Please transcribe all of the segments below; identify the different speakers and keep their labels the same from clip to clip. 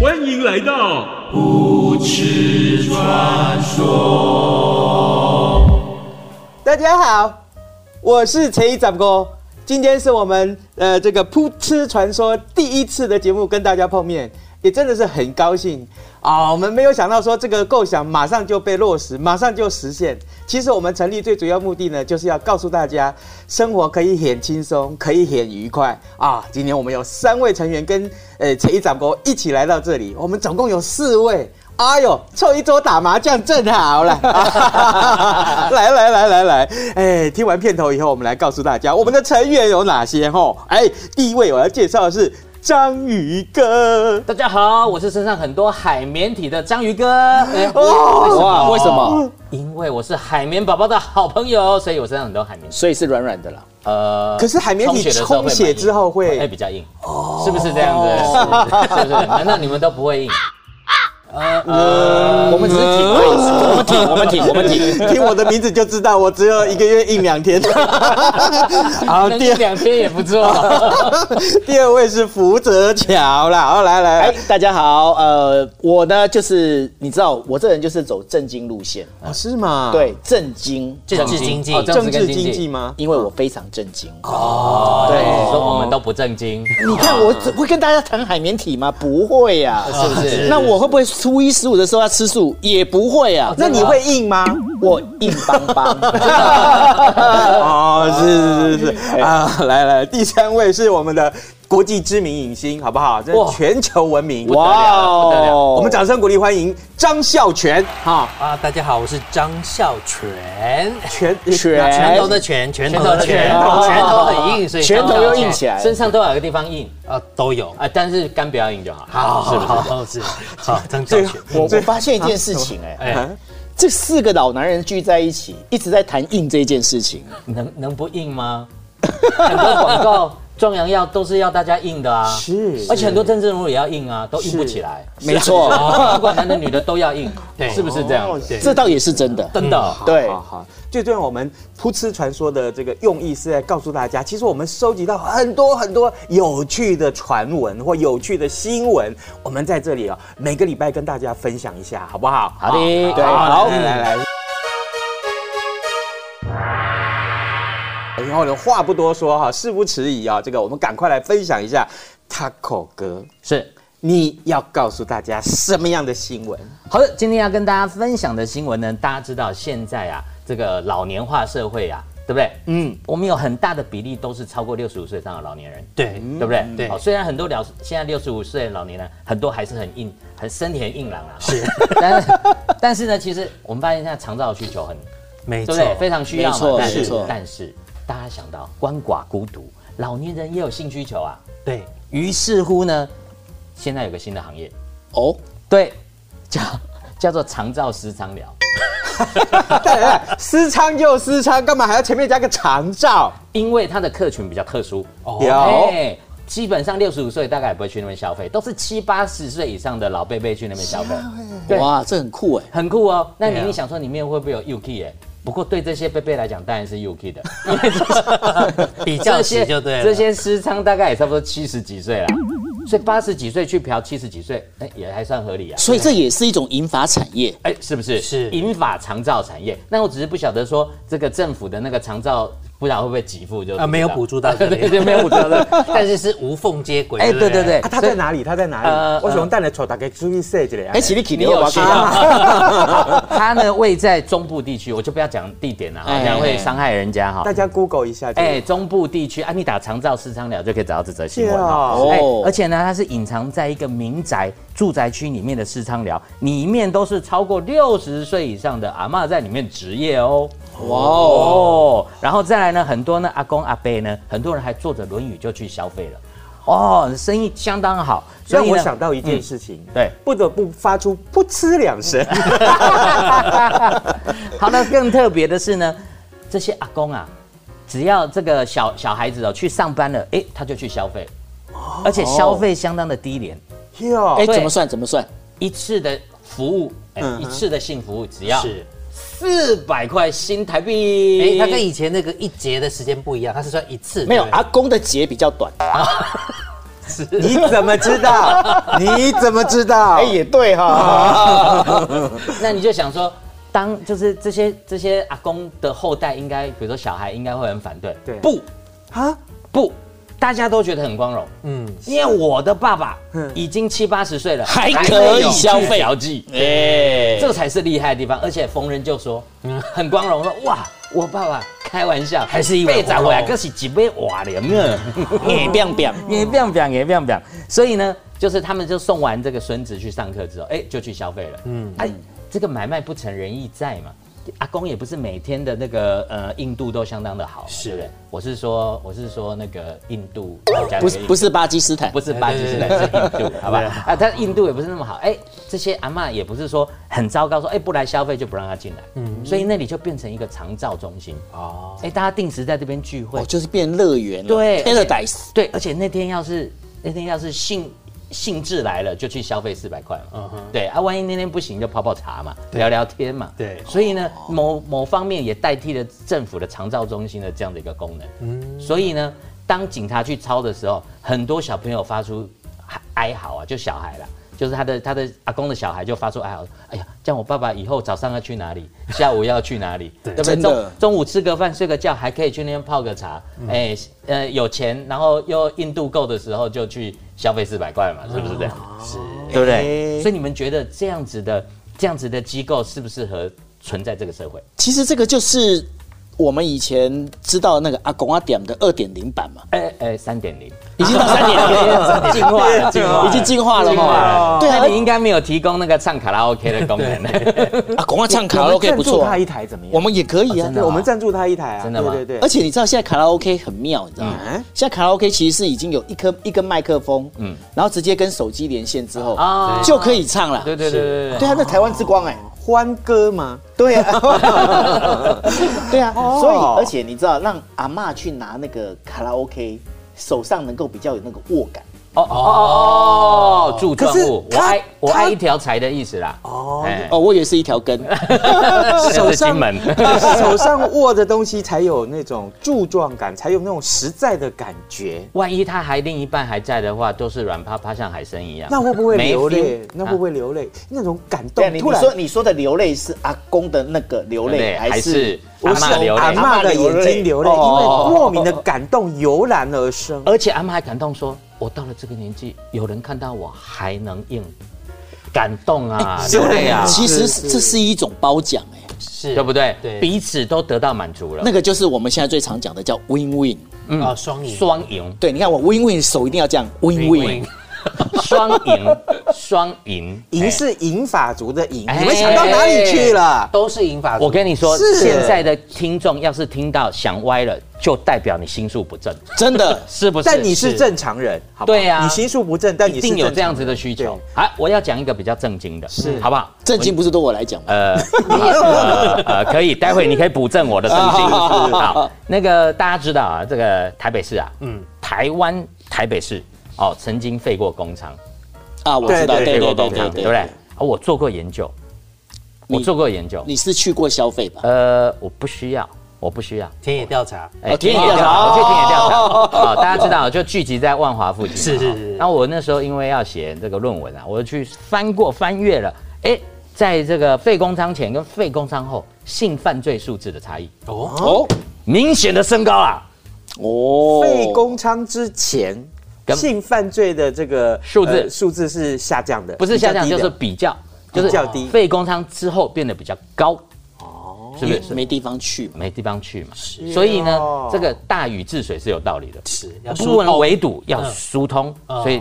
Speaker 1: 欢迎来到
Speaker 2: 大家好，我是陈一长哥，今天是我们呃这个噗嗤传说第一次的节目跟大家碰面，也真的是很高兴啊、我们没有想到说这个构想马上就被落实，马上就实现。其实我们成立最主要目的呢，就是要告诉大家，生活可以很轻松，可以很愉快啊。今天我们有三位成员跟呃陈一长哥一起来到这里，我们总共有四位。哎呦，凑一桌打麻将正好了！ 来来来来来，哎，听完片头以后，我们来告诉大家我们的成员有哪些吼。哎，第一位我要介绍的是章鱼哥。
Speaker 3: 大家好，我是身上很多海绵体的章鱼哥。哎
Speaker 4: 哇，为什么？
Speaker 3: 因为我是海绵宝宝的好朋友，所以我身上很多海绵。
Speaker 4: 所以是软软的啦。
Speaker 3: 呃，
Speaker 2: 可是海绵体冲血之后会
Speaker 3: 哎比较硬，是不是这样
Speaker 4: 哦
Speaker 3: 子？是不是？难道你们都不会硬？
Speaker 4: 嗯
Speaker 3: 呃呃，我们只是挺会硬
Speaker 4: 我们挺，我们挺，我们挺。
Speaker 2: 听我的名字就知道，我只有一个月硬两天。好，
Speaker 3: 能
Speaker 2: 第
Speaker 3: 硬
Speaker 2: 二
Speaker 3: 两天也不 错。
Speaker 2: 第二位是福泽桥啦。好，来来
Speaker 4: 哎
Speaker 2: 来，，
Speaker 4: 大家好，呃，我呢就是你知道，我这人就是走正经路线，
Speaker 2: 哦是吗？，
Speaker 5: 啊
Speaker 4: 对，正经，
Speaker 3: 政治经济
Speaker 2: 哦，，政治
Speaker 3: 经
Speaker 2: 经济？吗？
Speaker 4: 因为我非常正经。
Speaker 3: 哦
Speaker 4: 哦
Speaker 3: 对，说我们都不正经，
Speaker 4: 你看我只会跟大家谈海绵体吗？不会呀、
Speaker 3: 是不是？
Speaker 4: 那我会不会初一十五的时候要吃素？也不会啊。
Speaker 2: 那你会硬吗？
Speaker 4: 我硬邦 邦。
Speaker 2: 哦，是是是是啊，来来，第三位是我们的国际知名影星，好不好？这
Speaker 3: 哇
Speaker 2: 是全球闻名。
Speaker 4: 哇哦！
Speaker 2: 我们掌声鼓励欢迎张孝全哈，
Speaker 6: 啊，大家好，我是张孝全，
Speaker 2: 全
Speaker 6: 拳
Speaker 4: 拳
Speaker 6: 头的拳，拳
Speaker 3: 拳
Speaker 6: 头
Speaker 3: 头
Speaker 6: 的
Speaker 3: 拳
Speaker 6: 拳，
Speaker 3: 头拳
Speaker 6: 拳
Speaker 3: 头
Speaker 6: 头
Speaker 3: 很
Speaker 6: 很硬
Speaker 3: 硬，所以
Speaker 4: 拳头又硬起来
Speaker 3: 身上都要有个地方硬
Speaker 6: 啊，都有。
Speaker 3: 啊，但是肝不要硬就好。
Speaker 6: 好，
Speaker 3: 是不是？
Speaker 6: 好是 好，张孝全，
Speaker 4: 我我发现一件事情、哎、
Speaker 6: 哎，
Speaker 4: 这四个老男人聚在一起，一直在谈硬这件事情。
Speaker 3: 能能不硬吗？ 很多广告壮阳药都是要大家硬的啊，
Speaker 2: 是
Speaker 3: 而且很多政治人物也要硬啊，都硬不起来，
Speaker 4: 没错，
Speaker 3: 哦不管男的女的都要硬，
Speaker 6: 对哦
Speaker 3: 是不是这样？
Speaker 6: 对
Speaker 4: 这倒也是真的。
Speaker 3: 真的，
Speaker 4: 对
Speaker 2: 好好，最重要，我们噗嗤传说的这个用意是在告诉大家，其实我们收集到很多很多有趣的传闻或有趣的新闻，我们在这里啊、每个礼拜跟大家分享一下，好不好？
Speaker 3: 好的，
Speaker 4: 对，好，
Speaker 2: 来来来。然后呢，话不多说哈，事不迟疑啊，这个我们赶快来分享一下 Taco 哥，
Speaker 3: 是。
Speaker 2: 你要告诉大家什么样的新闻？
Speaker 3: 好的，今天要跟大家分享的新闻呢，大家知道现在啊，这个老年化社会啊，对不对？嗯，我们有很大的比例都是超过六十五岁以上的老年人，
Speaker 6: 对
Speaker 3: 对不对？
Speaker 6: 对
Speaker 3: 好虽然很多了现在六十五岁的老年人，很多还是很硬，很身体很硬朗啊。是， 但是但是呢，其实我们发现现在肠道的需求很，
Speaker 6: 没
Speaker 3: 对
Speaker 6: 错
Speaker 3: 不，对？非常需要嘛
Speaker 4: 没错
Speaker 3: 但是
Speaker 4: 没错
Speaker 3: 但是大家想到鳏寡孤独，老年人也有性需求啊。
Speaker 6: 对，
Speaker 3: 于是乎呢，现在有个新的行业，
Speaker 4: 哦，
Speaker 3: 对，叫叫做长照私娼疗。
Speaker 2: 对对，私娼就私娼，干嘛还要前面加个长照？
Speaker 3: 因为它的客群比较特殊，
Speaker 6: 哦
Speaker 2: 有、
Speaker 3: 哎基本上六十五岁大概也不会去那边消费，都是七八十岁以上的老贝贝去那边消费，对
Speaker 4: 哇，这很酷哎。
Speaker 3: 很酷哦。那
Speaker 6: 啊对啊
Speaker 3: 你一想说里面会不会有 UK 哎？不过对这些贝贝来讲，当然是 UK 的，因为这些
Speaker 6: 比较起就对了
Speaker 3: 这些私娼大概也差不多七十几岁了，所以八十几岁去嫖七十几岁，哎，也还算合理啊。
Speaker 4: 所以这也是一种银发产业。
Speaker 3: 哎，是不是？
Speaker 6: 是
Speaker 3: 银发长照产业。那我只是不晓得说，这个政府的那个长照不知道会不会给付就
Speaker 6: 啊没有补助到这
Speaker 3: 对
Speaker 6: 里
Speaker 3: 对对，没有补助到这里。
Speaker 6: 但是是无缝接轨。
Speaker 3: 哎，
Speaker 6: 不
Speaker 3: 对对对，
Speaker 2: 啊，他在哪里？他在哪
Speaker 3: 呃
Speaker 2: 里？我想带来带大家注意说一下啊。
Speaker 4: 哎，起立起
Speaker 3: 你
Speaker 4: 立，
Speaker 3: 有
Speaker 4: 我
Speaker 3: 需
Speaker 4: 要
Speaker 6: 啊
Speaker 4: 看
Speaker 3: 要？他呢位在中部地区，我就不要讲地点了哈，
Speaker 4: 哎
Speaker 3: 这样会伤害人家哈
Speaker 2: 大。家 Google 一下。
Speaker 3: 哎，
Speaker 2: 哎，
Speaker 3: 中部地区啊，你打长照私仓了就可以找到这则新闻
Speaker 2: 是
Speaker 3: 哈
Speaker 2: 啊
Speaker 3: 哎
Speaker 4: 哦，
Speaker 3: 而且呢，它是隐藏在一个民宅住宅区里面的私仓寮，里面都是超过六十岁以上的阿嬷在里面职业哦。
Speaker 4: 哇哦，
Speaker 3: 哦，然后再来呢，很多呢阿公阿伯呢，很多人还坐着轮椅就去消费了，哦，生意相当好。
Speaker 2: 让我
Speaker 3: 呢嗯
Speaker 2: 想到一件事情，
Speaker 3: 对，
Speaker 2: 不得不发出噗嗤两声。
Speaker 3: 好，那更特别的是呢，这些阿公啊，只要这个小小孩子哦去上班了，哎、他就去消费，而且消费相当的低廉，
Speaker 2: 哟
Speaker 4: 哎，
Speaker 3: 对
Speaker 4: 怎么算怎么算？
Speaker 3: 一次的服务，哎、
Speaker 2: 嗯
Speaker 3: 一次的性服务只要
Speaker 6: 是。
Speaker 3: 四百块新台币，
Speaker 6: 哎，它跟以前那个一节的时间不一样，它是算一次。
Speaker 4: 没有，
Speaker 6: 对不对
Speaker 4: 阿公的节比较短。
Speaker 2: 你怎么知道？你怎么知道？啊
Speaker 4: 哎，也对哈。
Speaker 3: 那你就想说，当就是这些这些阿公的后代，应该比如说小孩，应该会很反对。
Speaker 2: 对
Speaker 3: 不
Speaker 2: 啊，
Speaker 3: 不，大家都觉得很光荣，
Speaker 6: 嗯，
Speaker 3: 因为我的爸爸
Speaker 2: 嗯
Speaker 3: 已经七八十岁了，
Speaker 4: 还
Speaker 3: 是
Speaker 4: 可以
Speaker 3: 有
Speaker 4: 消费
Speaker 3: 去调剂，
Speaker 4: 哎，
Speaker 3: 这才是厉害的地方。而且逢人就说，很光荣，说哇，我爸爸开玩笑，
Speaker 6: 还是一碗
Speaker 3: 辈子回来
Speaker 6: 红肉
Speaker 3: 可是几杯瓦凉啊。
Speaker 4: 也变变，
Speaker 3: 也不想讲，也不想讲。所以呢，就是他们就送完这个孙子去上课之后，哎、就去消费了。嗯，哎、这个买卖不成仁义在嘛。阿公也不是每天的那个呃硬度都相当的好，
Speaker 6: 是
Speaker 3: 对不对我是说我是说那个印度，我讲
Speaker 4: 不
Speaker 3: 那
Speaker 4: 是
Speaker 3: 个印
Speaker 4: 不是巴基斯坦
Speaker 3: 不，是巴基斯坦
Speaker 6: 对
Speaker 3: 是印度，好吧？啊，但印度也不是那么好。哎、这些阿嬷也不是说很糟糕，说哎、不来消费就不让他进来。嗯，所以那里就变成一个长照中心。
Speaker 6: 哦，
Speaker 3: 哎、大家定时在这边聚会
Speaker 4: 哦，，就是变乐园了，
Speaker 3: 对
Speaker 4: ，Paradise。
Speaker 3: 对，而且那天要是那天要是兴兴致来了，就去消费四百块嘛。
Speaker 6: 嗯哼
Speaker 3: 对啊，万一那天不行，就泡泡茶嘛，聊聊天嘛。
Speaker 6: 对
Speaker 3: 所以呢，某某方面也代替了政府的长照中心的这样的一个功能。
Speaker 6: 嗯
Speaker 3: 所以呢，当警察去抄的时候，很多小朋友发出哀哀嚎啊，就小孩啦。就是他的他的阿公的小孩就发出哀嚎，哎呀，这样我爸爸以后早上要去哪里，下午要去哪里，对不对？
Speaker 4: 真的
Speaker 3: 中中午吃个饭睡个觉，还可以去那边泡个茶，
Speaker 2: 嗯
Speaker 3: 哎、呃，有钱，然后又硬度够的时候就去消费四百块
Speaker 2: 哦
Speaker 3: 嘛，是不是这样？是，对不对？
Speaker 2: 哎
Speaker 3: 所以你们觉得这样子的这样子的机构适不适合存在这个社会？
Speaker 4: 其实这个就是我们以前知道那个阿公阿点的二点零版嘛，
Speaker 3: 哎哎，三点零，
Speaker 4: 已经到三点零，
Speaker 3: 进化了，进化了，
Speaker 4: 啊 已经进化了
Speaker 3: 进化
Speaker 4: 嘛。
Speaker 3: 了
Speaker 4: 对
Speaker 3: 那你
Speaker 4: 啊，
Speaker 3: 应该没有提供那个唱卡拉 OK 的功能。
Speaker 4: 阿公阿唱卡拉
Speaker 2: 我们
Speaker 4: OK
Speaker 2: 赞
Speaker 4: 不
Speaker 2: 助
Speaker 4: 错
Speaker 2: 他
Speaker 4: 啊，
Speaker 2: 一台怎么样？
Speaker 4: 我们也可以
Speaker 3: 哦
Speaker 4: 啊
Speaker 3: 真。的
Speaker 2: 对，我们赞助他一台啊。
Speaker 3: 真的吗
Speaker 2: 对对
Speaker 4: 而
Speaker 2: 对。
Speaker 4: 且你知道现在卡拉 OK 很妙，你知道吗？
Speaker 2: 嗯
Speaker 4: 现在卡拉 OK 其实是已经有一颗一根麦克风，嗯，然后直接跟手机连线之后
Speaker 3: 啊
Speaker 4: 就可以唱了。
Speaker 3: 对对对对对
Speaker 4: 对啊，那台湾之光哎，
Speaker 2: 欢歌嘛，
Speaker 4: 对啊，对啊，
Speaker 2: 哦
Speaker 4: 所以而且你知道，让阿嬷去拿那个卡拉 OK，手上能够比较有那个握感。
Speaker 3: 哦哦哦哦，柱状物，
Speaker 2: 可是
Speaker 3: 我
Speaker 2: 他
Speaker 3: 爱我
Speaker 2: 他
Speaker 3: 爱一条柴的意思啦。哦，
Speaker 4: 哦，我以为是一条根，
Speaker 3: 手
Speaker 2: 手
Speaker 3: 金
Speaker 2: 上
Speaker 3: 门。
Speaker 2: 手上握的东西才有那种柱状感，才有那种实在的感觉。
Speaker 3: 万一他还另一半还在的话，都是软趴趴像海参一样。
Speaker 2: 那会不会流
Speaker 3: 没
Speaker 2: 泪
Speaker 3: feel？？啊
Speaker 2: 那会不会流泪？那种感
Speaker 4: 对啊，
Speaker 2: 动
Speaker 4: 你
Speaker 2: 突
Speaker 4: 你
Speaker 2: 然
Speaker 4: 说你说的流泪是阿公的那个流
Speaker 3: 啊对
Speaker 4: 泪，
Speaker 3: 还
Speaker 4: 还是
Speaker 3: 是阿嬷流
Speaker 2: 阿
Speaker 3: 泪？
Speaker 2: 嬷的眼睛流泪，因为
Speaker 3: 哦
Speaker 2: 莫名的感动油然而生。
Speaker 3: 而且阿妈还感动说：“我到了这个年纪，有人看到我还能硬，感动啊，流泪啊，
Speaker 4: 其实
Speaker 2: 哎是
Speaker 4: 是这是一种褒奖哎，
Speaker 6: 是
Speaker 3: 对不对？
Speaker 6: 对，
Speaker 3: 彼此都得到满足了，
Speaker 4: 那个就是我们现在最常讲的叫 win win。
Speaker 6: 啊双赢
Speaker 3: 双赢，
Speaker 4: 对，你看我 win win 手一定要这样 win win。
Speaker 3: 双 赢，双赢，
Speaker 2: 银是银法族的银，
Speaker 3: 哎
Speaker 2: 你们想到哪里去了？
Speaker 6: 都是赢法
Speaker 3: 我跟你说，
Speaker 2: 是
Speaker 3: 现在的听众要是听到想歪了，就代表你心术不正，，
Speaker 4: 真的
Speaker 3: 是不是？
Speaker 2: 但你是正常人，好不好
Speaker 3: 对啊
Speaker 2: 你心术不正，但你
Speaker 3: 一
Speaker 2: 是
Speaker 3: 定有这样
Speaker 2: 正
Speaker 3: 子的需求。哎，我要讲一个比较正经的，是好不好？
Speaker 4: 震惊不是都我来讲吗？
Speaker 3: 呃，呃呃，可以，待会你可以补正我的神经。好，那个大家知道啊，这个台北市啊，嗯，台湾台北市哦，曾经废过工厂，
Speaker 4: 啊，我知道，
Speaker 2: 对对
Speaker 4: 对
Speaker 3: 废
Speaker 4: 对
Speaker 3: 过
Speaker 4: 对
Speaker 3: 工厂，
Speaker 4: 对
Speaker 3: 对不对？啊，我做过研究，
Speaker 4: 你
Speaker 3: 我做过研究，
Speaker 4: 你是去过消费吧？
Speaker 3: 呃，我不需要，我不需要。
Speaker 6: 田野调查，
Speaker 3: 哎，
Speaker 4: 哦
Speaker 3: 田野
Speaker 4: 田野
Speaker 3: 调
Speaker 4: 调查
Speaker 3: 查，我去田野调
Speaker 2: 哦
Speaker 3: 查。啊，大家知道，就聚集在万华附近嘛。
Speaker 6: 是是
Speaker 3: 哈
Speaker 6: 是
Speaker 3: 那我那时候因为要写这个论文啊，我去翻过翻阅了，哎，在这个废工仓前跟废工仓后性犯罪数字的差异，
Speaker 6: 哦，
Speaker 4: 哦，
Speaker 3: 明显的升高啦，
Speaker 4: 哦
Speaker 2: 被公娼之前
Speaker 3: 跟
Speaker 2: 性犯罪的这个
Speaker 3: 数字
Speaker 2: 呃数字是下降的，
Speaker 3: 不是下降
Speaker 2: 比较
Speaker 3: 就
Speaker 2: 低的
Speaker 3: 是比较，就
Speaker 2: 比
Speaker 3: 是
Speaker 2: 较低
Speaker 3: 肺功汤之后变得比较高，哦，是不是？
Speaker 4: 没地方去嘛。
Speaker 3: 没地方去嘛，所以呢，这个大禹治水是有道理的，
Speaker 6: 是要
Speaker 3: 不
Speaker 6: 疏
Speaker 3: 文
Speaker 6: 通。
Speaker 3: 围堵要疏通，
Speaker 6: 嗯
Speaker 3: 所以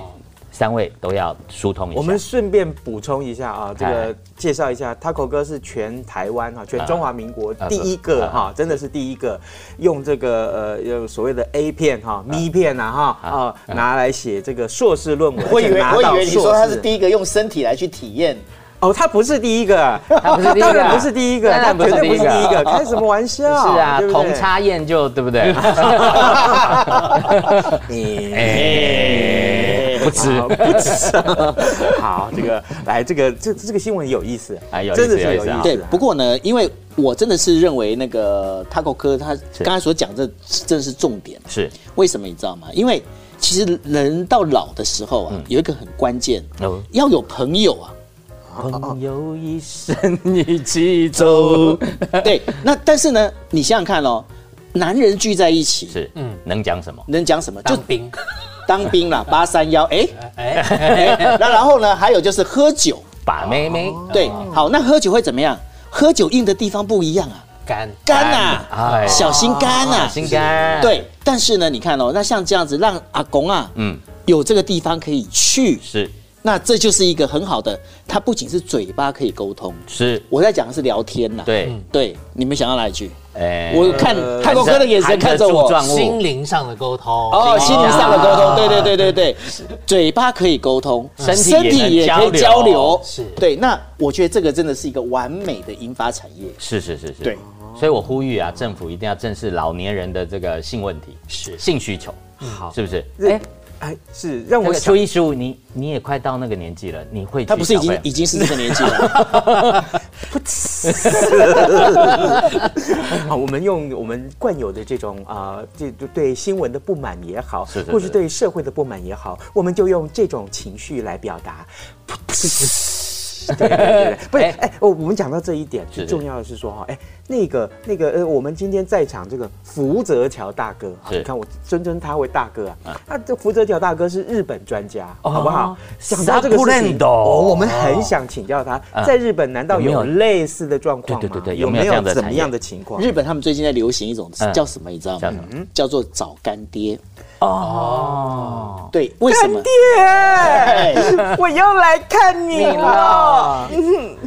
Speaker 3: 三位都要疏通一下。
Speaker 2: 我们顺便补充一下啊，这
Speaker 3: 哎
Speaker 2: 个介绍一下，Taco 哥是全台湾哈，全中华民国
Speaker 3: 啊
Speaker 2: 第一个哈，真的是第一个用这个呃有所谓的 A 片哈、咪片啊哈啊拿来写这个硕士论文，
Speaker 4: 我以为
Speaker 2: 而且拿
Speaker 4: 我以
Speaker 2: 到
Speaker 4: 为你说
Speaker 2: 硕
Speaker 4: 他
Speaker 2: 士
Speaker 4: 是第一个用身体来去体验，
Speaker 2: 哦，他不是第一个，
Speaker 3: 他不是第一个
Speaker 2: 当然不是第一个，
Speaker 3: 当
Speaker 2: 他
Speaker 3: 然不
Speaker 2: 绝
Speaker 3: 是
Speaker 2: 对
Speaker 3: 第
Speaker 2: 不
Speaker 3: 一个
Speaker 2: 是第一个，开什么玩笑？
Speaker 3: 是啊，
Speaker 2: 对不对
Speaker 3: 同 差宴就对不对？ 哎，不吃
Speaker 2: 好不止。 好，这个来，这个这这个新闻有意思，
Speaker 3: 哎有意思
Speaker 2: 真的是有
Speaker 3: 有
Speaker 2: 意思
Speaker 3: 意思啊。
Speaker 4: 对，不过呢，因为我真的是认为那个 Taco 哥他刚才所讲这真的是重点，
Speaker 3: 是
Speaker 4: 为什么你知道吗？因为其实人到老的时候啊，有一个很关键
Speaker 3: 哦，
Speaker 4: 要有朋友啊。
Speaker 3: 朋友一生一起走，
Speaker 4: 对，那但是呢，你想想看哦，男人聚在一起
Speaker 3: 是嗯，能讲什么？
Speaker 4: 能讲什么？就
Speaker 6: 当兵，
Speaker 4: 当兵啦，八三幺，哎，
Speaker 6: 哎，
Speaker 4: 哎那然后呢，还有就是喝酒，
Speaker 3: 把妹妹
Speaker 4: 对，好，那喝酒会怎么样？喝酒硬的地方不一样啊，
Speaker 6: 干
Speaker 4: 肝啊，
Speaker 3: 哎
Speaker 4: 小心肝啊，
Speaker 3: 心肝，
Speaker 4: 对，但是呢，你看哦，那像这样子让阿公啊，嗯
Speaker 3: 嗯，
Speaker 4: 有这个地方可以去，
Speaker 3: 是
Speaker 4: 那这就是一个很好的，它不仅是嘴巴可以沟通，
Speaker 3: 是，
Speaker 4: 我在讲的是聊天呐、
Speaker 3: 对，
Speaker 4: 对，你们想要哪一句？
Speaker 3: 哎
Speaker 4: 我看泰国哥的眼神看着我
Speaker 3: 含。住状
Speaker 6: 心
Speaker 3: 物，
Speaker 6: 灵上的沟通
Speaker 4: 哦，心灵上的沟通，
Speaker 6: 啊
Speaker 4: 对对对对对，嘴巴可以沟通，
Speaker 3: 身体
Speaker 4: 身体也
Speaker 3: 也能
Speaker 4: 可以交
Speaker 3: 交
Speaker 4: 流
Speaker 3: 流，
Speaker 6: 是
Speaker 4: 对。那我觉得这个真的是一个完美的引发产业，
Speaker 3: 是是是是，
Speaker 4: 对。
Speaker 3: 所以我呼吁啊，政府一定要正视老年人的这个性问题，
Speaker 6: 是
Speaker 3: 性需求，
Speaker 4: 嗯
Speaker 3: 好，是不是？
Speaker 2: 这哎，是让我
Speaker 3: 那个
Speaker 2: 想
Speaker 3: 初一十五，你你也快到那个年纪了，你会
Speaker 4: 他不是已
Speaker 3: 去小
Speaker 4: 经
Speaker 3: 朋
Speaker 4: 已
Speaker 3: 友
Speaker 4: 经是这个年纪了，
Speaker 2: 啊，我们用我们惯有的这种啊，这就对新闻的不满也好，
Speaker 3: 是是
Speaker 2: 或是
Speaker 3: 是
Speaker 2: 对社会的不满也好，我们就用这种情绪来表 达。对对对，对不是
Speaker 3: 哎
Speaker 2: 哎，我我们讲到这一点，最
Speaker 3: 是
Speaker 2: 重要的是说哈，哎，那个那个呃，我们今天在场这个福泽桥大哥，啊
Speaker 3: 是
Speaker 2: 你看我尊称他为大哥啊，他这福泽桥大哥是日本专家，
Speaker 3: 哦
Speaker 2: 好不好？想到这个事情，
Speaker 3: Sapulento
Speaker 2: 哦，我们很想请教他，
Speaker 3: 嗯
Speaker 2: 在日本难道
Speaker 3: 有没
Speaker 2: 有
Speaker 3: 有
Speaker 2: 类似的状况吗？
Speaker 3: 对对对对
Speaker 2: 有
Speaker 3: 有没
Speaker 2: 没有
Speaker 3: 有这样的
Speaker 2: 怎么
Speaker 3: 产业
Speaker 2: 样的情况？
Speaker 4: 日本他们最近在流行一种
Speaker 3: 嗯
Speaker 4: 叫什么，你知道
Speaker 3: 叫
Speaker 4: 吗
Speaker 3: 什？嗯
Speaker 4: 叫做找干爹。
Speaker 3: 哦，
Speaker 4: 对，为什么？
Speaker 2: 爹，
Speaker 4: 哎
Speaker 2: 我又来看你了。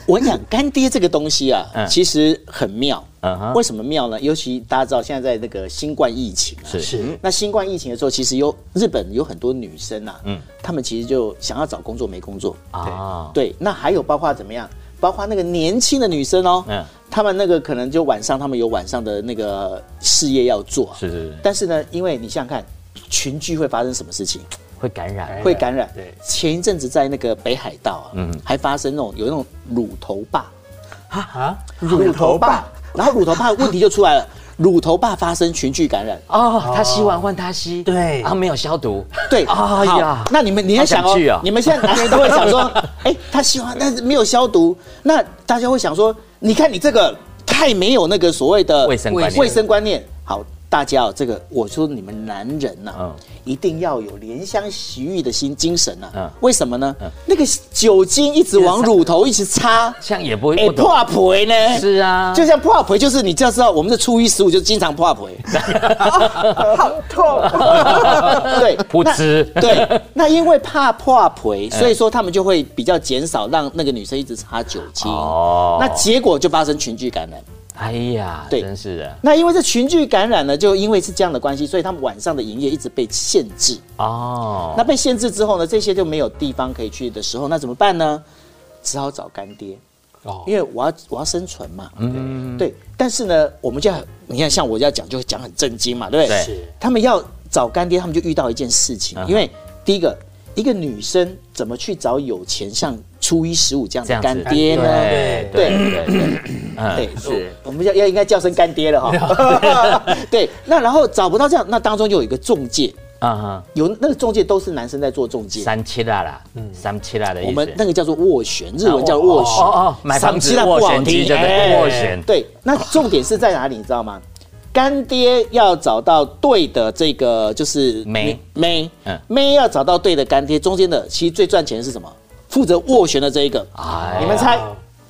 Speaker 4: 我讲干爹这个东西啊，
Speaker 3: 嗯
Speaker 4: 其实很妙。
Speaker 3: 嗯哼
Speaker 4: 为什么妙呢？尤其大家知道现在在那个新冠疫情啊，
Speaker 3: 是
Speaker 6: 是
Speaker 4: 那新冠疫情的时候，其实有日本有很多女生啊，嗯，她们其实就想要找工作没工作，
Speaker 3: 啊，
Speaker 4: 对，那还有包括怎么样？包括那个年轻的女生哦，嗯
Speaker 3: 嗯，
Speaker 4: 她们那个可能就晚上，她们有晚上的那个事业要做，啊
Speaker 3: 是是是，
Speaker 4: 但是呢，因为你想想看，群聚会发生什么事情？
Speaker 3: 会感染，
Speaker 4: 会感染。
Speaker 6: 对
Speaker 4: 前一阵子在那个北海道啊，还发生那种有那种乳头霸，
Speaker 6: 啊，
Speaker 4: 乳头霸，然后乳头霸的问题就出来了，乳头霸发生群聚感染，
Speaker 3: 哦，他吸完换他吸，
Speaker 6: 对
Speaker 3: 啊，没有消毒，
Speaker 4: 对，
Speaker 3: 哎
Speaker 4: 好
Speaker 3: 呀
Speaker 4: 那你们你要想
Speaker 3: 好
Speaker 4: 哦
Speaker 3: 想去 啊，
Speaker 4: 你们现在男人都会想说， 哎，他喜欢，但是没有消毒，那大家会想说，你看你这个太没有那个所谓的
Speaker 3: 卫生观念
Speaker 4: 卫生观念，好。大家哦，这个我说你们男人呐、
Speaker 3: 嗯
Speaker 4: 一定要有怜香惜玉的心精神呐、
Speaker 3: 嗯
Speaker 4: 为什么呢？那个酒精一直往乳头一直擦，
Speaker 3: 像也不会
Speaker 4: 哎、
Speaker 3: 不懂，
Speaker 4: 破皮呢？
Speaker 3: 是啊
Speaker 4: 就像破皮，就是你就知道我们的初一十五就经常破皮。
Speaker 2: 好痛！
Speaker 4: 对，
Speaker 3: 不
Speaker 4: 那
Speaker 3: 吃嗯
Speaker 4: 对，那因为怕破皮，所以说他们就会比较减少让那个女生一直擦酒精。
Speaker 3: 哦
Speaker 4: 那结果就发生群聚感染。
Speaker 3: 哎呀，
Speaker 4: 对
Speaker 3: 真是的，
Speaker 4: 那因为这群聚感染呢，就因为是这样的关系，所以他们晚上的营业一直被限制。
Speaker 3: 哦，
Speaker 4: 那被限制之后呢，这些就没有地方可以去的时候，那怎么办呢？只好找干爹。
Speaker 6: 哦
Speaker 4: 因为我要我要生存嘛，嗯，对。但是呢，我们就要你看，像我要讲就讲很震惊嘛，对不
Speaker 3: 对
Speaker 4: 对？
Speaker 6: 是
Speaker 4: 他们要找干爹，他们就遇到一件事情，因为第一个，一个女生怎么去找有钱像初一十五这样
Speaker 3: 这
Speaker 4: 的
Speaker 3: 样子
Speaker 4: 干爹呢？
Speaker 3: 对
Speaker 4: 对
Speaker 3: 对对，
Speaker 4: 对，是，我们要要应该叫声干爹了哈。 对，那然后找不到这样，那当中就有一个中介，
Speaker 3: 啊哈，
Speaker 4: 有那个中介都是男生在做中介，
Speaker 3: 三七啦啦，三七啦的意思，啊
Speaker 4: 嗯我们那个叫做斡旋，日文叫斡旋。
Speaker 3: 哦哦，买房
Speaker 4: 赏析
Speaker 3: 子
Speaker 4: 那不
Speaker 3: 斡
Speaker 4: 好
Speaker 3: 旋
Speaker 4: 听
Speaker 3: 机就对
Speaker 4: 哎
Speaker 3: 斡旋，
Speaker 4: 对，那重点是在哪里，你知道吗？干爹要找到对的这个就是
Speaker 3: 妹
Speaker 4: 妹，
Speaker 3: 嗯
Speaker 4: 妹要找到对的干爹，中间的其实最赚钱的是什么？负责斡旋的这一个，
Speaker 3: 哎呀
Speaker 4: 你们猜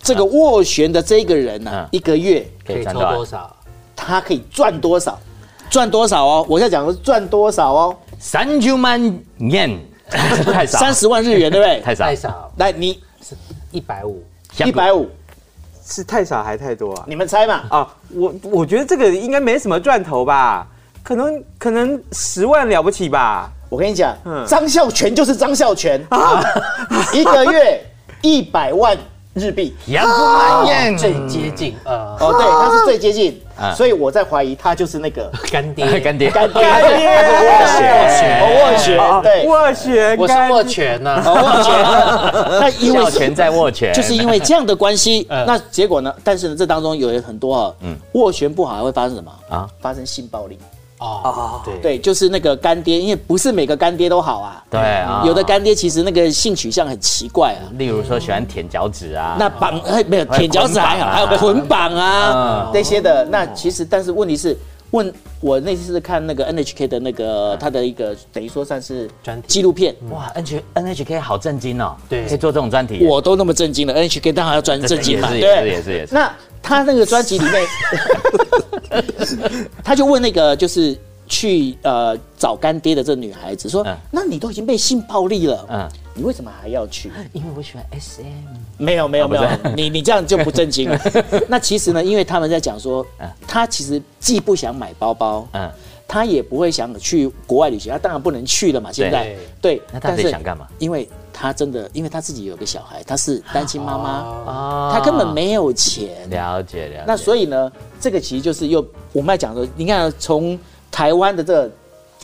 Speaker 4: 这个斡旋的这一个人呢、啊
Speaker 3: 嗯
Speaker 4: 一个月
Speaker 3: 可
Speaker 6: 可
Speaker 3: 以
Speaker 6: 以
Speaker 3: 赚
Speaker 6: 抽
Speaker 3: 多少
Speaker 6: 多？少？
Speaker 4: 他可以赚多少？赚多少哦？我现在讲的是赚多少哦？
Speaker 3: 三九万 yen，太少，
Speaker 4: 三十万日元，对不对？
Speaker 3: 太少
Speaker 6: 太，少，
Speaker 4: 来，你
Speaker 6: 一百五。
Speaker 4: 一百五，
Speaker 2: 是太少还太多啊？
Speaker 4: 你们猜嘛？
Speaker 2: 啊，我我觉得这个应该没什么赚头吧，可能可能十万了不起吧。
Speaker 4: 我跟你讲
Speaker 2: 嗯，
Speaker 4: 张孝全就是张孝全啊， 一个月一百万日币。
Speaker 3: 两万 yen，
Speaker 6: 最接近呃
Speaker 4: 哦，对，他是最接近
Speaker 3: 啊，
Speaker 4: 所以我在怀疑他就是那 个
Speaker 6: 干 爹
Speaker 3: 干爹，
Speaker 4: 干
Speaker 2: 干
Speaker 4: 爹
Speaker 2: 爹
Speaker 4: 斡旋，
Speaker 3: 斡
Speaker 4: 斡旋，对，
Speaker 2: 哦斡旋，
Speaker 6: 我是
Speaker 2: 干
Speaker 6: 握拳呐、
Speaker 4: 哦斡旋。那因
Speaker 3: 握
Speaker 4: 为
Speaker 3: 拳在握拳，
Speaker 4: 就是因为这样的关系，
Speaker 6: 嗯
Speaker 4: 那结果呢？但是呢，这当中有很多啊，嗯，斡旋不好还会发生什么
Speaker 3: 啊
Speaker 4: 啊？发生性暴力。
Speaker 6: 哦，对
Speaker 4: 对，就是那个干爹，因为不是每个干爹都好啊。
Speaker 3: 对啊
Speaker 4: 有的干爹其实那个性取向很奇怪啊。
Speaker 3: 例如说喜欢舔脚趾啊，
Speaker 4: 那绑哎没有
Speaker 3: 还有
Speaker 4: 舔脚趾还
Speaker 3: 捆绑
Speaker 4: 好，
Speaker 3: 啊
Speaker 4: 还有捆绑啊
Speaker 3: 嗯
Speaker 4: 那些的。那其实，但是问题是，问我那次看那个 NHK 的那个他的一个等于说算是
Speaker 6: 专题
Speaker 4: 纪录片，
Speaker 3: 哇，N H N H K 好震惊哦，
Speaker 6: 对
Speaker 3: 可以做这种专题耶，
Speaker 4: 我都那么震惊了，NHK 当然要专震惊嘛，
Speaker 3: 也是
Speaker 4: 对。
Speaker 3: 也是也是也是，
Speaker 4: 那他那个专辑 里面，他就问那个就是去呃找干爹的这女孩子说
Speaker 3: 嗯：“
Speaker 4: 那你都已经被性暴力了，
Speaker 3: 嗯
Speaker 4: 嗯，你为什么还要去？”
Speaker 3: 因为我喜欢 S M，
Speaker 4: 没有没
Speaker 3: 啊
Speaker 4: 有没有，你你这样就不正 经了。那其实呢，因为他们在讲说
Speaker 3: 嗯，
Speaker 4: 他其实既不想买包包，
Speaker 3: 嗯，
Speaker 4: 他也不会想去国外旅行，他当然不能去了嘛。现在对，
Speaker 3: 那他到底想干嘛？
Speaker 4: 因为他真的，因为他自己有个小孩，他是单亲妈妈，
Speaker 3: 哦
Speaker 4: 他根本没有钱。
Speaker 3: 了解了解，
Speaker 4: 那所以呢，这个其实就是又我们在讲说，你看从台湾的这个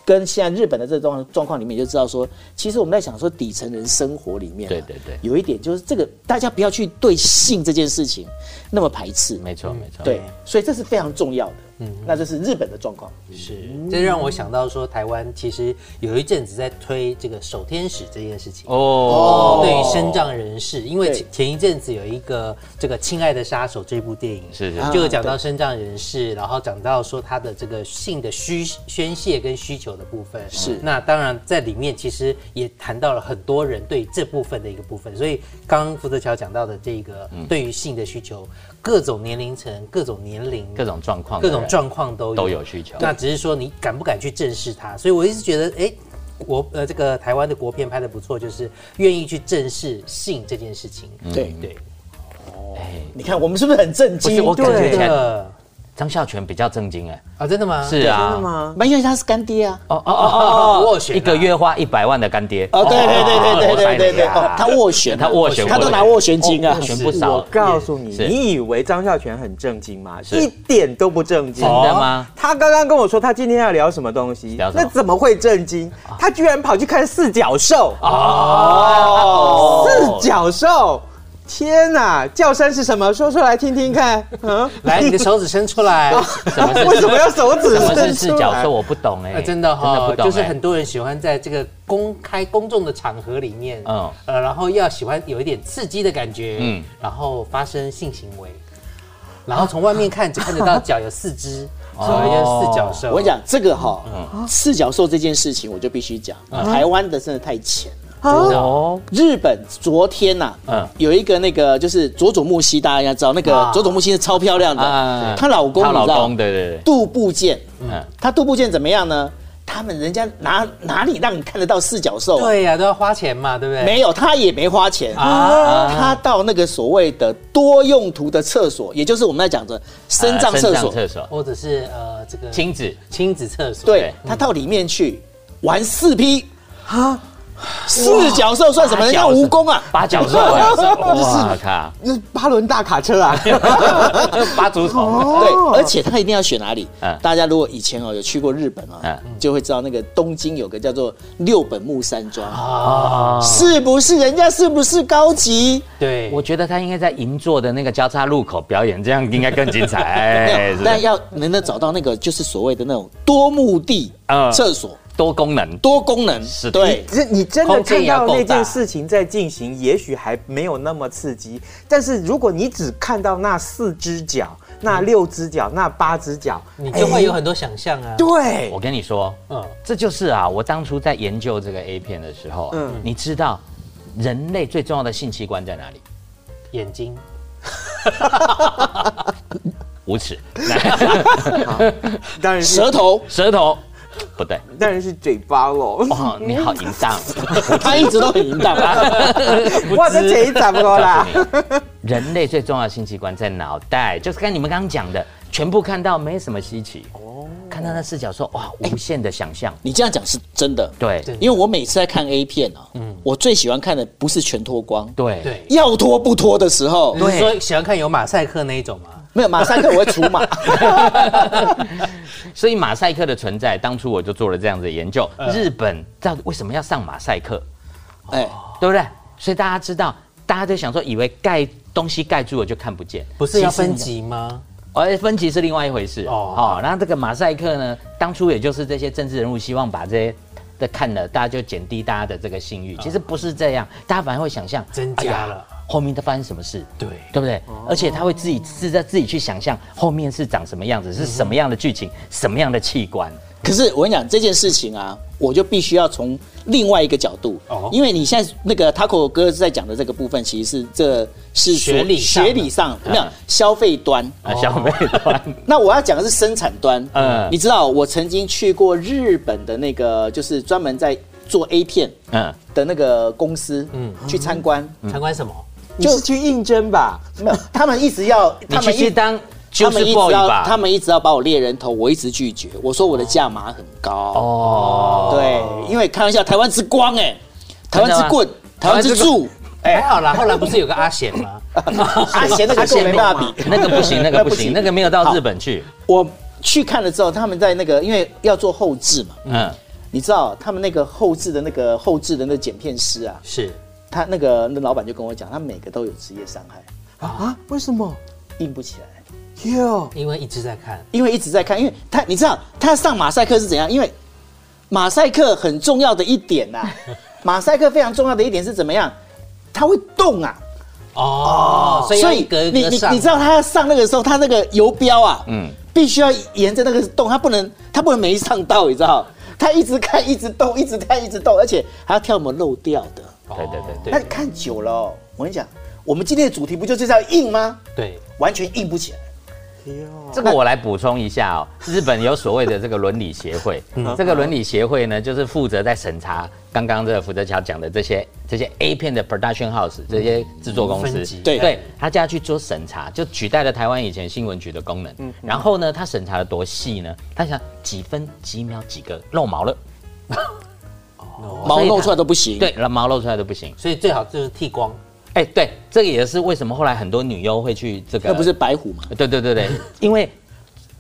Speaker 4: 跟现在日本的这个状状况里面，就知道说，其实我们在想说底层人生活里面啊、
Speaker 3: 对对对
Speaker 4: 有一点就是这个大家不要去对性这件事情那么排斥，
Speaker 3: 没错没错，
Speaker 4: 对，所以这是非常重要的。嗯，那这是日本的状况。
Speaker 6: 是，
Speaker 3: 嗯
Speaker 6: 这让我想到说，台湾其实有一阵子在推这个守天使这件事情。
Speaker 3: 哦，
Speaker 6: 对于身障人士，因为
Speaker 4: 对
Speaker 6: 前前一阵子有一个这个《亲爱的杀手》这部电影，
Speaker 3: 是是
Speaker 6: 就有讲到身障人士，然后讲到说他的这个性的需宣泄跟需求的部分。
Speaker 4: 是
Speaker 6: 那当然在里面其实也谈到了很多人对这部分的一个部分，所以刚刚福泽桥讲到的这个
Speaker 3: 嗯
Speaker 6: 对于性的需求，各种年龄层、各种年龄、
Speaker 3: 各种状况，
Speaker 6: 各种状况都有
Speaker 3: 都有需求
Speaker 6: 那只是说你敢不敢去正视它。所以我一直觉得，哎、国呃这个台湾的国片拍的不错，就是愿意去正视性这件事情。
Speaker 3: 嗯
Speaker 4: 对，
Speaker 6: 对，
Speaker 4: 你看我们是不是很震
Speaker 3: 不是
Speaker 4: 惊？
Speaker 3: 我感觉
Speaker 4: 对
Speaker 3: 起来
Speaker 6: 呃
Speaker 3: 张孝全比较正经哎，
Speaker 6: 啊，真的吗？
Speaker 3: 是啊，
Speaker 2: 吗？
Speaker 4: 那因为他是干爹啊。
Speaker 3: 哦哦哦
Speaker 6: 握
Speaker 3: 哦，
Speaker 6: 拳啊
Speaker 3: 一个月花一百万的干爹，
Speaker 4: 哦，对对对对对对对对，哦，他斡旋
Speaker 3: 他
Speaker 4: 啊，
Speaker 3: 斡旋
Speaker 4: 他都拿斡旋金啊
Speaker 3: 哦，斡旋不少
Speaker 2: 我告诉你，
Speaker 3: 是
Speaker 2: 你以为张孝全很正经吗？一点都不正经。
Speaker 3: 真的吗？
Speaker 2: 他刚刚跟我说他今天要聊什么东西
Speaker 3: 聊，什么啊
Speaker 2: 那怎么会震惊？他居然跑去看四脚兽
Speaker 3: 哦，
Speaker 2: 四脚兽！天哪，叫声是什么？说出来听听看。嗯，
Speaker 6: 来，你的手指伸 出来。
Speaker 3: 什么是
Speaker 2: 为什么要手
Speaker 4: 哦
Speaker 2: 指
Speaker 3: 什么是
Speaker 2: 伸
Speaker 3: 四
Speaker 2: 出
Speaker 3: 角
Speaker 2: 来
Speaker 3: 兽？？我不懂哎、
Speaker 6: 啊，真的哈、
Speaker 3: 真的不懂、
Speaker 6: 就是
Speaker 3: 哎
Speaker 6: 很多人喜欢在这个公开公众的场合里面，
Speaker 3: 嗯
Speaker 6: 嗯，呃，然后要喜欢有一点刺激的感觉，
Speaker 3: 嗯
Speaker 6: 嗯，然后发生性行为，然后从外面看只看得到脚有四 肢，
Speaker 3: 哦
Speaker 6: 所以就是四脚兽。
Speaker 4: 我跟你讲这个哈、
Speaker 3: 嗯
Speaker 4: 四角兽这件事情，我就必须讲，台湾的真的太浅了。
Speaker 3: 哦，
Speaker 4: 日本昨天呐、
Speaker 3: 嗯
Speaker 4: 有一个那个就是佐佐木希，大家应该知道，那个佐佐木希是超漂亮的，
Speaker 3: 啊
Speaker 4: 她、老公
Speaker 3: 她老
Speaker 4: 你知道
Speaker 3: 公，对对对，
Speaker 4: 杜部健，
Speaker 3: 嗯，
Speaker 4: 她杜部健怎么样呢？他们人家哪哪里让你看得到四角兽、啊？
Speaker 6: 对呀、都要花钱嘛，对不对？
Speaker 4: 没有，他也没花钱啊，他到那个所谓的多用途的厕所，也就是我们在讲的深藏厕所，
Speaker 3: 啊厕所，
Speaker 6: 或者是呃这个
Speaker 3: 亲子
Speaker 6: 亲子厕所，
Speaker 4: 对
Speaker 3: 嗯
Speaker 4: 他到里面去玩四批啊，四角兽算什么？人家蜈蚣啊，
Speaker 3: 八 角兽，哇靠，
Speaker 2: 那是八轮大卡车啊！
Speaker 3: 八足虫，
Speaker 4: 对，而且他一定要选哪里
Speaker 3: 哦嗯？
Speaker 4: 大家如果以前哦有去过日本
Speaker 3: 嗯
Speaker 4: 啊，就会知道那个东京有个叫做六本木山庄，
Speaker 3: 哦，
Speaker 4: 是不是？人家是不是高级？
Speaker 6: 对，
Speaker 3: 我觉得他应该在银座的那个交叉路口表演，这样应该更精彩，哎，是
Speaker 4: 那要能够找到那个就是所谓的那种多目的
Speaker 3: 嗯
Speaker 4: 厕所，
Speaker 3: 多功能，
Speaker 4: 多功能
Speaker 3: 是，
Speaker 4: 对。
Speaker 2: 这你真的
Speaker 3: 空间
Speaker 2: 看
Speaker 3: 也要
Speaker 2: 到
Speaker 3: 够
Speaker 2: 那
Speaker 3: 大
Speaker 2: 件事情在进行，也许还没有那么刺激。但是如果你只看到那四只脚，那六只脚，那八只脚，哎
Speaker 6: 你就会有很多想象啊。
Speaker 2: 对
Speaker 3: 我，跟你说，
Speaker 6: 嗯，
Speaker 3: 这就是啊，我当初在研究这个 A 片的时候啊，
Speaker 2: 嗯
Speaker 3: 你知道人类最重要的性器官在哪里？
Speaker 6: 眼睛，
Speaker 3: 无齿，
Speaker 2: 当然是
Speaker 4: 舌头，
Speaker 3: 舌头，不对，
Speaker 2: 当然是嘴巴喽。
Speaker 3: 哇，你好淫荡，
Speaker 4: 他一直都很淫荡啊。
Speaker 2: 哇，这谁怎么 啦？
Speaker 3: 告诉你，人类最重要的性器官在脑袋，就是跟你们刚刚讲的，全部看到没什么稀奇。哦，看到那视角说哇，无限的想象，
Speaker 4: 你这样讲是真的，
Speaker 3: 对
Speaker 6: 对
Speaker 4: 因为我每次在看 A 片啊，我最喜欢看的不是全脱光，
Speaker 3: 对
Speaker 6: 对，
Speaker 4: 要脱不脱的时候，
Speaker 6: 你是说喜欢看有马赛克那一种吗？
Speaker 4: 没有马赛克我会除 码，
Speaker 3: 所以马赛克的存在，当初我就做了这样子的研究。日本到底为什么要上马赛克，
Speaker 4: 哎，
Speaker 3: 对不对？所以大家知道，大家就想说，以为盖东西盖住了就看不见，
Speaker 6: 不是要分
Speaker 3: 其实
Speaker 6: 级吗？
Speaker 3: 而分歧是另外一回事
Speaker 6: 哦
Speaker 3: 哦。那这个马赛克呢，当初也就是这些政治人物希望把这些的看了，大家就减低大家的这个性
Speaker 4: 哦
Speaker 3: 欲。其实不是这样，大家反而会想象
Speaker 6: 增加了
Speaker 3: 哎呀后面都发生什么事，
Speaker 6: 对
Speaker 3: 对不对？
Speaker 4: 哦
Speaker 3: 而且他会自己自在自己去想象后面是长什么
Speaker 4: 嗯
Speaker 3: 样子，是什么样的剧情，什么样的器官。
Speaker 4: 可是我跟你讲这件事情啊，我就必须要从另外一个角度，
Speaker 6: 哦
Speaker 4: 因为你现在那个 Taco 哥在讲的这个部分，其实是这是说
Speaker 6: 学理上
Speaker 4: 学理上没有
Speaker 3: 嗯
Speaker 4: 消费端。
Speaker 3: 啊，小妹端，
Speaker 4: 那我要讲的是生产端，嗯
Speaker 3: 嗯，
Speaker 4: 你知道我曾经去过日本的那个，就是专门在做 A 片
Speaker 3: 嗯，
Speaker 4: 的那个公司，嗯，去参观，
Speaker 6: 参观什么？
Speaker 2: 你是去应征吧？
Speaker 4: 没有，他们一直要，
Speaker 3: 你
Speaker 4: 他
Speaker 3: 去
Speaker 4: 们一
Speaker 3: 去当
Speaker 4: 他
Speaker 3: 就
Speaker 4: 们
Speaker 3: 是
Speaker 4: 一直
Speaker 3: boy
Speaker 4: 要，
Speaker 3: 吧，
Speaker 4: 他们一直要把我猎人头，我一直拒绝。我说我的价码很高。
Speaker 3: 哦，
Speaker 4: 对，因为开玩笑，台湾之光哎、台
Speaker 3: 真的吗
Speaker 4: 湾之棍，台湾之柱，
Speaker 6: 还好啦，后来不是有个阿贤吗？
Speaker 4: 阿贤那个啊跟我没办法比。
Speaker 3: 那个不行，那
Speaker 4: 那
Speaker 3: 个
Speaker 4: 不
Speaker 3: 不行，
Speaker 4: 行
Speaker 3: 那个没有到日本去，
Speaker 4: 我去看了之后，他们在那个因为要做后置嘛，
Speaker 3: 嗯，
Speaker 4: 你知道他们那个后置的那个后置的那剪片师啊，
Speaker 6: 是
Speaker 4: 他那个那老板就跟我讲，他每个都有职业伤害，
Speaker 2: 啊？为什么？
Speaker 4: 硬不起来，
Speaker 2: 哟，
Speaker 6: 因为一直在看，
Speaker 4: 因为一直在看，因为他你知道他上马赛克是怎样？因为马赛克很重要的一点 呐、啊，马赛克非常重要的一点是怎么样？它会动啊。
Speaker 6: 哦，所以要一格一
Speaker 4: 你
Speaker 6: 格
Speaker 4: 你
Speaker 6: 上，
Speaker 4: 你知道他上那个时候，他那个游标啊，嗯
Speaker 3: 嗯，
Speaker 4: 必须要沿着那个洞，他不能他不能没上到，你知道？ 他一直看，一直动，一直看，一直动，而且还要挑我们漏掉的。
Speaker 3: 对对对对
Speaker 4: 那。你看久了、哦，我跟你讲，我们今天的主题不就是要硬吗？
Speaker 6: 对，
Speaker 4: 完全硬不起来。
Speaker 3: 这个我来补充一下哦，日本有所谓的这个伦理协会， 这个伦理协会呢，就是负责在审查刚刚这个福泽桥讲的这些这些 A 片的 production house 这些制作公
Speaker 6: 分
Speaker 3: 司
Speaker 6: 级，
Speaker 4: 对
Speaker 3: 对，他就要去做审查，就取代了台湾以前新闻局的功能。然后呢，他审查的多细呢？他想几分几秒几个漏毛了，
Speaker 6: 哦
Speaker 4: 毛弄出来都不行。
Speaker 3: 对，毛露出来都不行。
Speaker 6: 所以最好就是剃光，
Speaker 3: 哎，对，这个也是为什么后来很多女优会去这个，
Speaker 4: 那不是白虎吗？
Speaker 3: 对对对对， 因为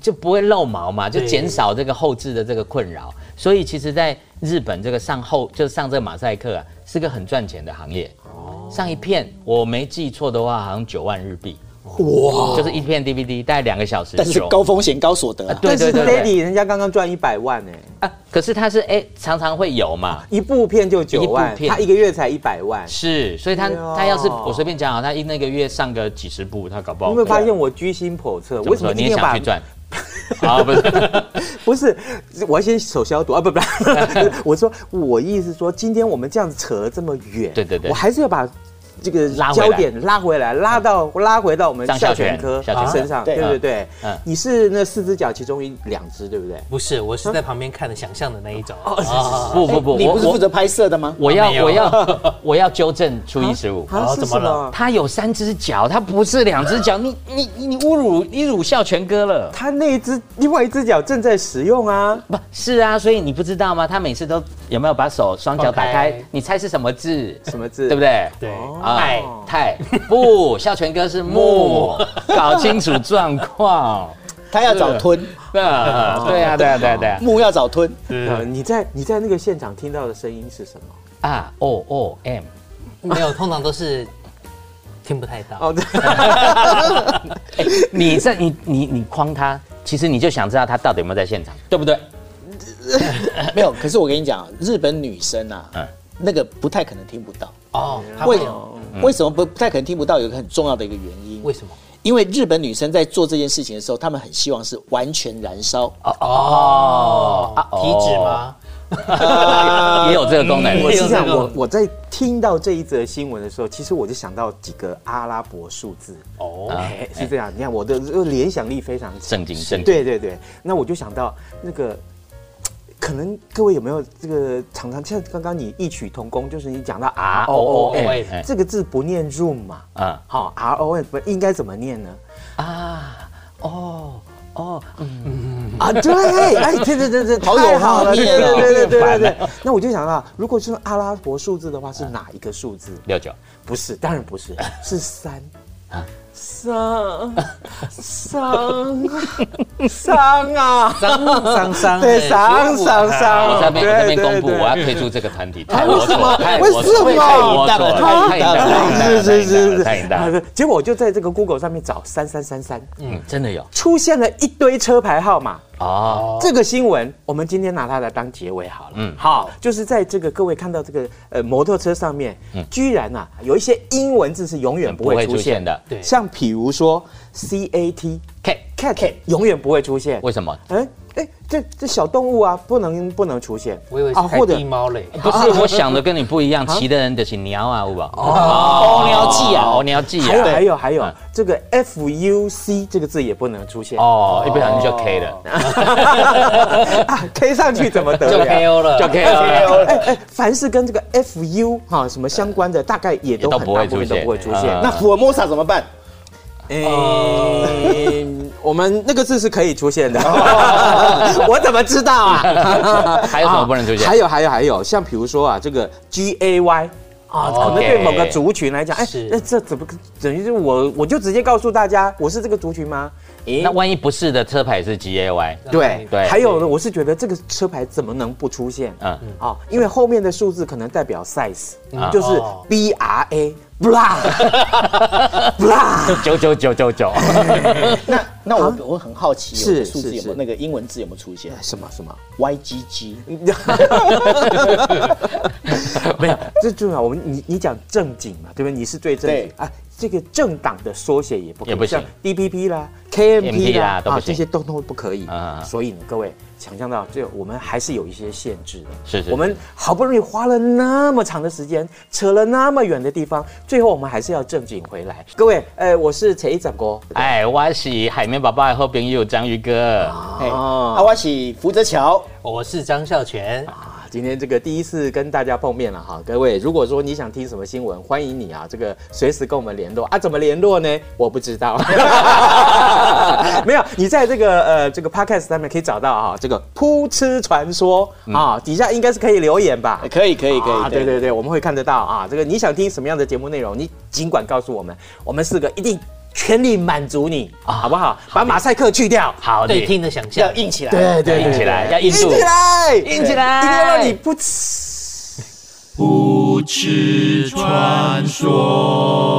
Speaker 3: 就不会漏毛嘛，就
Speaker 6: 对
Speaker 3: 减少这个后置的这个困扰。所以其实，在日本这个上后就是上这个马赛克啊，是个很赚钱的行业。
Speaker 2: 哦
Speaker 3: 上一片我没记错的话，好像九万日币，哇，就是一片 DVD 大概两个小时
Speaker 4: 但是
Speaker 3: 左右
Speaker 4: 高风险高所得、啊
Speaker 3: 啊。对对对
Speaker 2: 但是
Speaker 3: 对
Speaker 2: Daddy 人家刚刚赚一百万哎、
Speaker 3: 啊，可是它是哎、常常会有嘛。
Speaker 2: 一部片就九
Speaker 3: 一
Speaker 2: 万
Speaker 3: 部，片
Speaker 2: 他一个月才一百万。
Speaker 3: 是，所以他
Speaker 2: 对哦
Speaker 3: 他要是我随便讲啊，他一那个月上个几十部，他搞不好
Speaker 2: 你有没有发现我居心叵测？
Speaker 3: 哦啊怎么
Speaker 2: 为什
Speaker 3: 说
Speaker 2: 么
Speaker 3: 你
Speaker 2: 一
Speaker 3: 也
Speaker 2: 定要
Speaker 3: 想
Speaker 2: 把
Speaker 3: 去？赚？啊，不是，
Speaker 2: 不是，我要先手消毒啊！不不，我说 我意思说，今天我们这样扯这么远，
Speaker 3: 对对对
Speaker 2: 我还是要把这个
Speaker 3: 拉回来嗯
Speaker 2: 焦点拉回来，拉到拉回到我们
Speaker 3: 张
Speaker 2: 哮
Speaker 3: 孝
Speaker 2: 全
Speaker 3: 全
Speaker 2: 科
Speaker 3: 孝全
Speaker 2: 身上，
Speaker 4: 对
Speaker 2: 对对对
Speaker 3: 嗯。
Speaker 2: 你是那四只脚其中一两只，对不对？
Speaker 6: 不是，我是在旁边看的，想象的那一种。哦
Speaker 3: 不不
Speaker 2: 哎
Speaker 3: 不，
Speaker 4: 你
Speaker 3: 我
Speaker 4: 不是
Speaker 3: 我
Speaker 4: 负责拍摄的吗？
Speaker 3: 我
Speaker 6: 啊没有
Speaker 3: 要我要 我要纠正初一十五，哦
Speaker 2: 啊，是
Speaker 6: 怎么
Speaker 2: 什
Speaker 6: 了
Speaker 2: 么？
Speaker 3: 他有三只脚，他不是两只脚，你你你你侮辱你辱笑全哥了。
Speaker 2: 他那一只另外一只脚正在使用啊，
Speaker 3: 不是啊，所以你不知道吗？他每次都有没有把手双脚打
Speaker 6: 放
Speaker 3: 开
Speaker 6: 开？
Speaker 3: 你猜是什么字？
Speaker 2: 什么字？
Speaker 3: 对不？对？
Speaker 6: 对，
Speaker 3: 太
Speaker 6: 爱
Speaker 3: 太不，孝全哥是木，搞清楚状 况。
Speaker 4: 他要找吞，
Speaker 3: 啊对啊，对啊，对啊，对啊
Speaker 4: 木要找 吞，
Speaker 2: 呃，你在你在那个现场听到的声音是什么？
Speaker 3: 啊，O O M，
Speaker 6: 没有，通常都是听不太到。
Speaker 2: 哦，对
Speaker 3: 哎，你这你你你框他，其实你就想知道他到底有没有在现场，对不对？
Speaker 4: 没有。可是我跟你讲，日本女生啊，
Speaker 2: 哎
Speaker 3: 嗯
Speaker 4: 那个不太可能听不到。
Speaker 6: 哦，他
Speaker 4: 为
Speaker 6: 会有
Speaker 2: 嗯
Speaker 4: 为什么不不太可能听不到？有一个很重要的一个原因，
Speaker 6: 为什么？
Speaker 4: 因为日本女生在做这件事情的时候，她们很希望是完全燃烧，
Speaker 6: 哦，体脂吗？
Speaker 3: 也有这个功 能。
Speaker 2: 嗯我
Speaker 6: 有
Speaker 2: 是
Speaker 6: 这
Speaker 2: 这样，
Speaker 6: 个
Speaker 2: 我我在听到这一则新闻的时候，其实我就想到几个阿拉伯数字，
Speaker 6: 哦，
Speaker 2: 哎是这样。你看我的这个联想力非常强，
Speaker 3: 圣经圣经，
Speaker 2: 对对对。那我就想到那个，可能各位有没有这个常常像刚刚你异曲同工，就是你讲到 R O O
Speaker 6: R O O
Speaker 2: M
Speaker 6: M
Speaker 2: 这个字不念 room 嘛，
Speaker 3: 啊
Speaker 2: 好 R O M 应该怎么念呢？
Speaker 3: 啊哦哦，
Speaker 2: 啊，对，哎，对对对对，
Speaker 4: 好有
Speaker 2: 太好了，
Speaker 4: 画
Speaker 2: 对
Speaker 4: 面
Speaker 2: 对
Speaker 4: 哦
Speaker 2: 对对对对对。那我就想到，如果是用阿拉伯数字的话，是哪一个数字？
Speaker 3: 六九
Speaker 2: 不是，当然不是，是三
Speaker 3: 啊。
Speaker 2: 伤伤伤啊！
Speaker 6: 桑桑，
Speaker 2: 对，
Speaker 4: 哎
Speaker 2: 伤伤伤！
Speaker 3: 哎
Speaker 4: 啊
Speaker 3: 我这边我这边公布，啊
Speaker 2: 对对对哎
Speaker 3: 我要退出这个团体，太龌龊了，太
Speaker 2: 为
Speaker 3: 龌龊
Speaker 2: 什么
Speaker 3: 了，太龌龊了，太淫荡了，太淫荡了
Speaker 2: 啊是是是是，
Speaker 3: 太淫荡了，太淫荡了，
Speaker 2: 啊结果我就在这个 Google 上面找三三三三，
Speaker 3: 嗯，真的有
Speaker 2: 出现了一堆车牌号码。
Speaker 3: 哦，
Speaker 2: 这个新闻，我们今天拿它来当结尾好了。嗯，好，就是在这个各位看到这个呃摩托车上面，居然啊有一些英文字是永远不
Speaker 3: 不会
Speaker 2: 会
Speaker 3: 出
Speaker 2: 出
Speaker 3: 现
Speaker 2: 现的，
Speaker 3: 的。
Speaker 6: 对
Speaker 2: 像比如说 C A T
Speaker 3: K
Speaker 2: cat 永远不会出现。
Speaker 3: 为什么？
Speaker 2: 哎哎，这这小动物啊，不能不能出现。
Speaker 6: 我以为
Speaker 2: 啊，或
Speaker 6: 是凯
Speaker 2: 者
Speaker 6: 蒂猫嘞，
Speaker 3: 不是我想的跟你不一样，骑的人就是鸟啊，有吧？哦，鸟记啊，哦，鸟记
Speaker 2: 还有还
Speaker 3: 啊，
Speaker 2: 有还有这个 F U C 这个字也不能出现。
Speaker 3: 哦，一不小心就 K 了，
Speaker 2: 哦啊，K 上去怎么得
Speaker 6: 就
Speaker 2: 了？
Speaker 6: KO 了，
Speaker 3: 就 K 了。
Speaker 2: 哎 哎，凡是跟这个 F U 哈什么相关的，大概也都
Speaker 3: 也都
Speaker 2: 很
Speaker 3: 不
Speaker 2: 大
Speaker 3: 会
Speaker 2: 部分
Speaker 3: 出
Speaker 2: 都
Speaker 3: 现
Speaker 2: 不会出现。
Speaker 3: 嗯
Speaker 2: 那
Speaker 4: 那福尔摩沙怎么办？
Speaker 2: 诶，哎我们那个字是可以出 现的，我怎么知道啊？
Speaker 3: 还有什么不能出现
Speaker 2: 啊 还有还有还有，像比如说啊，这个 G A Y。啊，
Speaker 3: 哦
Speaker 2: 可能对某个族群来讲，哎
Speaker 6: 是，
Speaker 2: 那这怎么等于是我我就直接告诉大家，我是这个族群吗？诶
Speaker 3: 那万一不是的车牌是 G A Y，
Speaker 2: 对
Speaker 3: 对
Speaker 2: 还有呢，我是觉得这个车牌怎么能不出现？
Speaker 3: 嗯嗯
Speaker 2: 嗯，哦，因为后面的数字可能代表 size，就是
Speaker 6: 哦
Speaker 2: B R A blah blah，
Speaker 3: 九九九九九，
Speaker 4: 那那我我很好奇，
Speaker 2: 啊
Speaker 4: 有
Speaker 2: 是
Speaker 4: 个数
Speaker 2: 是
Speaker 4: 字有没
Speaker 2: 是
Speaker 4: 有
Speaker 2: 哎
Speaker 4: 那个英文字有没有出现
Speaker 2: 什么什么。
Speaker 4: ？YGG
Speaker 2: 没有，最重要，我们你你讲正经嘛，对不对？你是最正经
Speaker 4: 对
Speaker 2: 啊，这个政党的缩写也不可以
Speaker 3: 也不行
Speaker 2: 像 DPP 啦、KMP
Speaker 3: MP
Speaker 2: 啦
Speaker 3: 啦
Speaker 2: 啊
Speaker 3: 都不行
Speaker 2: 这些通通不可以。
Speaker 3: 啊
Speaker 2: 所以呢，各位想象到这，我们还是有一些限制的。
Speaker 3: 是是
Speaker 2: 我们好不容易花了那么长的时间，扯了那么远的地方，最后我们还是要正经回来。各位，呃，我是陈一展哥，
Speaker 3: 哎，我是海绵宝宝的好朋友章鱼哥，
Speaker 4: 哎，
Speaker 2: 哦
Speaker 4: 阿瓦喜福泽桥，
Speaker 6: 哦我是张孝全，
Speaker 2: 啊今天这个第一次跟大家碰面了哈，各位，如果说你想听什么新闻，欢迎你啊，这个随时跟我们联络啊。怎么联络呢？我不知道， 没有，你在这个呃这个 podcast 上面可以找到啊，这个扑哧传说啊，底下应该是可以留言吧
Speaker 4: 哎？可以可以可
Speaker 2: 啊，
Speaker 4: 以，
Speaker 2: 对对对，我们会看得到啊。这个你想听什么样的节目内容，你尽管告诉我们，我们四个一定全力满足你，啊、好不好？把马赛克去掉，
Speaker 3: 好的，
Speaker 6: 对听的想象
Speaker 4: 要，硬起来，
Speaker 2: 对对
Speaker 3: 硬起来，要硬
Speaker 2: 硬
Speaker 3: 住
Speaker 2: 起，来，
Speaker 3: 硬起来
Speaker 2: 一定要让你不吃。
Speaker 5: 不吃传说。